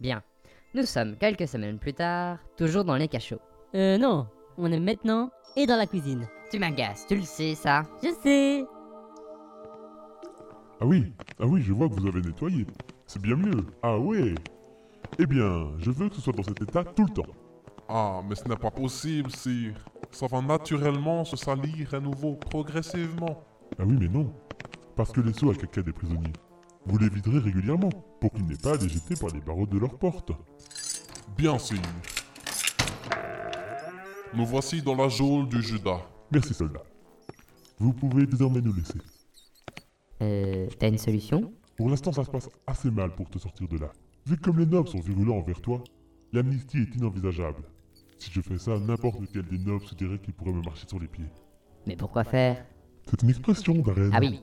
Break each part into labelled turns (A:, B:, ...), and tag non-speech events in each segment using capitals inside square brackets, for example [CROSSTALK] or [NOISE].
A: Bien. Nous sommes quelques semaines plus tard, toujours dans les cachots.
B: Euh, non, on est maintenant et dans la cuisine.
A: Tu m'agaces, tu le sais, ça.
B: Je sais.
C: Ah oui, ah oui, je vois que vous avez nettoyé. C'est bien mieux. Ah ouais. Eh bien, je veux que ce soit dans cet état tout le temps.
D: Ah, mais ce n'est pas possible, sire. Ça va naturellement se salir à nouveau, progressivement.
C: Ah oui, mais non. Parce que les seaux à caca des prisonniers, vous les viderez régulièrement pour qu'ils n'aient pas à les jeter par les barreaux de leur porte.
D: Bien, sire. Nous voici dans la geôle du Judas.
C: Merci, soldat. Vous pouvez désormais nous laisser.
A: Euh, t'as une solution
C: Pour l'instant, ça se passe assez mal pour te sortir de là. Vu que comme les nobles sont virulents envers toi, l'amnistie est inenvisageable. Si je fais ça, n'importe lequel des nobles se dirait qu'il pourrait me marcher sur les pieds.
A: Mais pourquoi faire
C: C'est une expression, Darren.
A: Ah oui.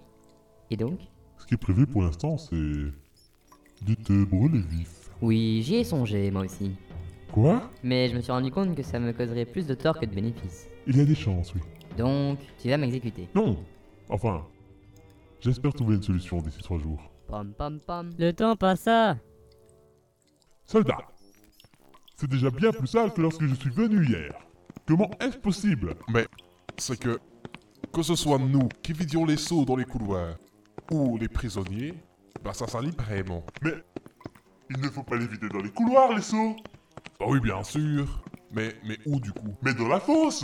A: Et donc
C: Ce qui est prévu pour l'instant, c'est. de te brûler vif.
A: Oui, j'y ai songé, moi aussi.
C: Quoi
A: Mais je me suis rendu compte que ça me causerait plus de tort que de bénéfices.
C: Il y a des chances, oui.
A: Donc, tu vas m'exécuter.
C: Non Enfin. J'espère trouver une solution d'ici trois jours.
A: Pom pom pom.
B: Le temps passa.
C: Soldat C'est déjà bien plus sale que lorsque je suis venu hier. Comment est-ce possible
D: Mais c'est que, que ce soit nous qui vidions les seaux dans les couloirs ou les prisonniers, bah ça salit vraiment.
C: Mais il ne faut pas les vider dans les couloirs, les seaux
D: Bah oui, bien sûr. Mais, mais où du coup
C: Mais dans la fosse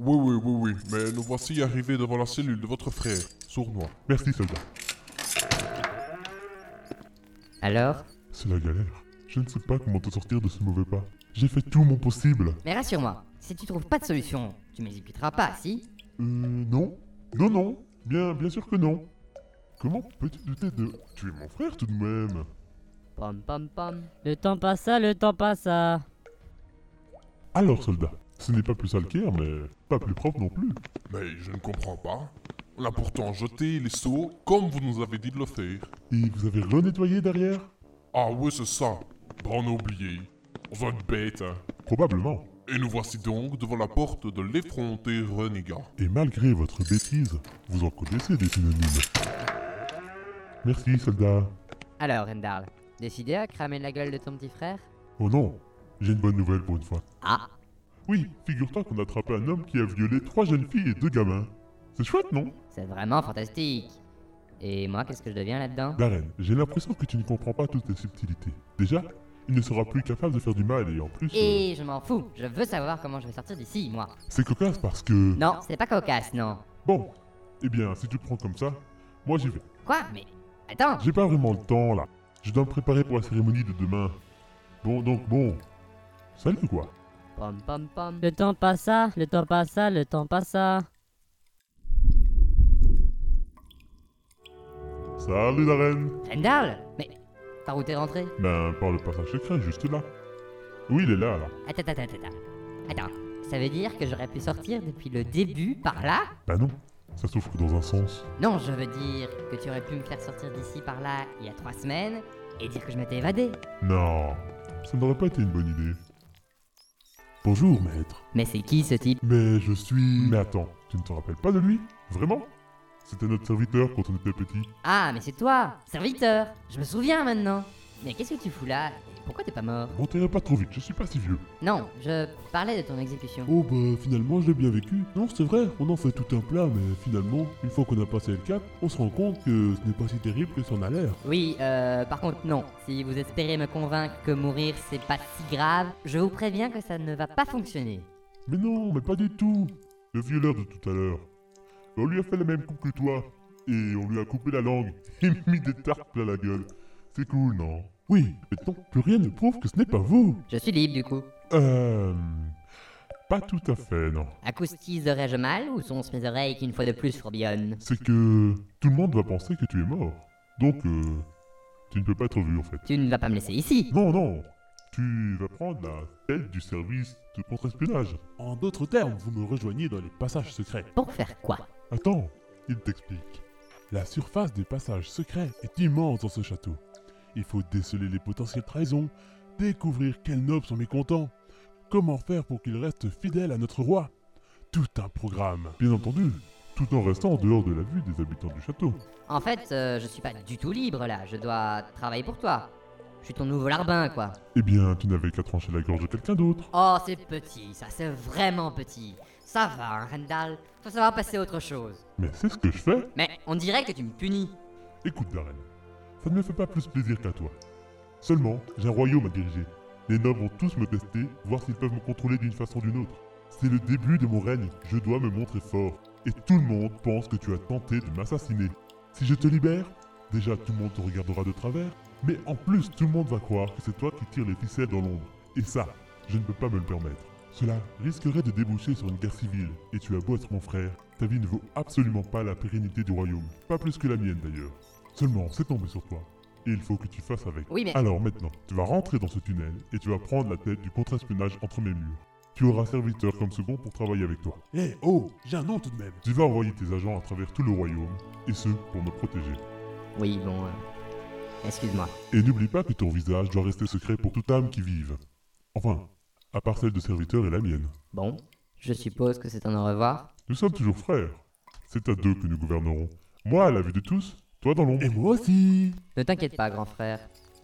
D: Oui, oui, oui, oui. Mais nous voici arrivés devant la cellule de votre frère, Sournois.
C: Merci, soldat.
A: Alors
C: C'est la galère. Je ne sais pas comment te sortir de ce mauvais pas. J'ai fait tout mon possible.
A: Mais rassure-moi, si tu trouves pas de solution, tu m'exécuteras pas, si
C: Euh, non. Non, non. Bien, bien sûr que non. Comment peux-tu douter de tuer mon frère tout de même
A: Pom pom pom.
B: Le temps passa, le temps passa.
C: Alors, soldat, ce n'est pas plus sale qu'hier, mais pas plus propre non plus.
D: Mais je ne comprends pas. On a pourtant jeté les seaux comme vous nous avez dit de le faire.
C: Et vous avez renettoyé derrière
D: Ah oui, c'est ça. Bah on a oublié. On va être bête, hein.
C: Probablement.
D: Et nous voici donc devant la porte de l'effronté renégat.
C: Et malgré votre bêtise, vous en connaissez des synonymes. Merci, soldat.
A: Alors, Rendarl, décidé à cramer la gueule de ton petit frère
C: Oh non, j'ai une bonne nouvelle pour une fois.
A: Ah
C: Oui, figure-toi qu'on a attrapé un homme qui a violé trois jeunes filles et deux gamins. C'est chouette, non
A: C'est vraiment fantastique Et moi, qu'est-ce que je deviens là-dedans
C: Darren, j'ai l'impression que tu ne comprends pas toutes les subtilités. Déjà, il ne sera plus capable de faire du mal et en plus, euh,
A: Et je m'en fous, je veux savoir comment je vais sortir d'ici, moi
C: c'est cocasse parce que...
A: Non, c'est pas cocasse, non
C: Bon, eh bien, si tu le prends comme ça, moi j'y vais.
A: Quoi Mais. Attends
C: J'ai pas vraiment le temps là. Je dois me préparer pour la cérémonie de demain. Bon, donc bon. Salut quoi
A: Pom pom pom
B: Le temps passa, le temps passa, le temps passa.
C: Salut la reine
A: Rendarl Mais. Par où t'es rentré
C: Ben, par le passage secret, juste là. Oui, il est là, là.
A: Attends, attends, attends, attends. Attends, ça veut dire que j'aurais pu sortir depuis le début par là
C: Bah non, ça s'ouvre que dans un sens.
A: Non, je veux dire que tu aurais pu me faire sortir d'ici par là il y a trois semaines et dire que je m'étais évadé.
C: Non, ça n'aurait pas été une bonne idée. Bonjour, maître.
A: Mais c'est qui ce type
C: Mais je suis... Mais attends, tu ne te rappelles pas de lui Vraiment C'était notre serviteur quand on était petit.
A: Ah, mais c'est toi, serviteur Je me souviens maintenant Mais qu'est-ce que tu fous là Et Pourquoi t'es pas mort
C: Bon, t'irais pas trop vite, je suis pas si vieux.
A: Non, je parlais de ton exécution.
E: Oh bah finalement je l'ai bien vécu. Non c'est vrai, on en fait tout un plat, mais finalement, une fois qu'on a passé le cap, on se rend compte que ce n'est pas si terrible que ça en a l'air.
A: Oui, euh, par contre, non. Si vous espérez me convaincre que mourir c'est pas si grave, je vous préviens que ça ne va pas fonctionner.
C: Mais non, mais pas du tout Le violeur de tout à l'heure. On lui a fait la même coupe que toi. Et on lui a coupé la langue [LAUGHS] et mis des tartes à la gueule. C'est cool, non Oui, mais non, plus rien ne prouve que ce n'est pas vous
A: Je suis libre du coup.
C: Euh... Pas tout à fait, non.
A: Acoustiserais-je mal ou sont-ce mes oreilles qui une fois de plus fourbillonnent
C: C'est que tout le monde va penser que tu es mort. Donc, euh, tu ne peux pas être vu en fait.
A: Tu ne vas pas me laisser ici
C: Non, non. Tu vas prendre la tête du service de contre-espionnage.
E: En d'autres termes, vous me rejoignez dans les passages secrets.
A: Pour faire quoi
C: Attends, il t'explique.
E: La surface des passages secrets est immense dans ce château. Il faut déceler les potentielles trahisons, découvrir quels nobles sont mécontents, comment faire pour qu'ils restent fidèles à notre roi. Tout un programme.
C: Bien entendu, tout en restant en dehors de la vue des habitants du château.
A: En fait, euh, je suis pas du tout libre là, je dois travailler pour toi. Je suis ton nouveau larbin, quoi.
C: Eh bien, tu n'avais qu'à trancher la gorge de quelqu'un d'autre.
A: Oh, c'est petit, ça, c'est vraiment petit. Ça va, hein, Rendal. Faut savoir passer à autre chose.
C: Mais c'est ce que je fais.
A: Mais on dirait que tu me punis.
C: Écoute, Darren, ça ne me fait pas plus plaisir qu'à toi. Seulement, j'ai un royaume à diriger. Les nobles vont tous me tester, voir s'ils peuvent me contrôler d'une façon ou d'une autre. C'est le début de mon règne, je dois me montrer fort. Et tout le monde pense que tu as tenté de m'assassiner. Si je te libère, déjà tout le monde te regardera de travers, mais en plus tout le monde va croire que c'est toi qui tires les ficelles dans l'ombre. Et ça, je ne peux pas me le permettre. Cela risquerait de déboucher sur une guerre civile, et tu as beau être mon frère, ta vie ne vaut absolument pas la pérennité du royaume. Pas plus que la mienne d'ailleurs. Seulement, c'est tombé sur toi. Et il faut que tu fasses avec.
A: Oui, mais.
C: Alors maintenant, tu vas rentrer dans ce tunnel et tu vas prendre la tête du contre-espionnage entre mes murs. Tu auras serviteur comme second pour travailler avec toi.
D: Eh oh, j'ai un nom tout de même.
C: Tu vas envoyer tes agents à travers tout le royaume, et ce, pour me protéger.
A: Oui, bon. euh, Excuse-moi.
C: Et n'oublie pas que ton visage doit rester secret pour toute âme qui vive. Enfin, à part celle de serviteur et la mienne.
A: Bon, je suppose que c'est un au revoir.
C: Nous sommes toujours frères. C'est à deux que nous gouvernerons. Moi à la vue de tous, toi dans l'ombre.
D: Et moi aussi.
A: Ne t'inquiète pas, grand frère.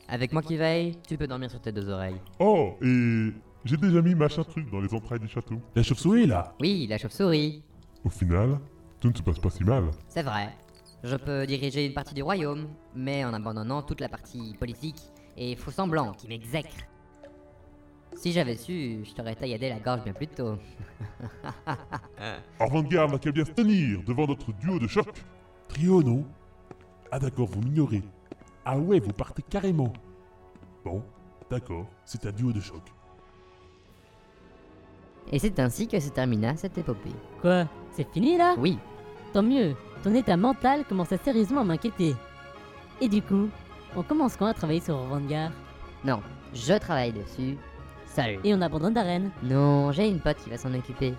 A: Avec moi qui veille, tu peux dormir sur tes deux oreilles.
C: Oh, et j'ai déjà mis machin truc dans les entrailles du château.
D: La chauve-souris là.
A: Oui, la chauve-souris.
C: Au final, tout ne se passe pas si mal.
A: C'est vrai. Je peux diriger une partie du royaume, mais en abandonnant toute la partie politique et faux semblant qui m'exècre. Si j'avais su, je t'aurais tailladé la gorge bien plus tôt.
C: Avant-garde n'a qu'à bien se tenir devant notre duo de choc.
D: Trio non Ah d'accord, vous m'ignorez. Ah ouais, vous partez carrément. Bon, d'accord, c'est un duo de choc.
A: Et c'est ainsi que se termina cette épopée.
B: Quoi C'est fini là
A: Oui,
B: Tant mieux, ton état mental commençait sérieusement à m'inquiéter. Et du coup, on commence quand à travailler sur Vanguard
A: non, je travaille dessus. Seul.
B: Et on abandonne Darren
A: Non, j'ai une pote qui va s'en occuper.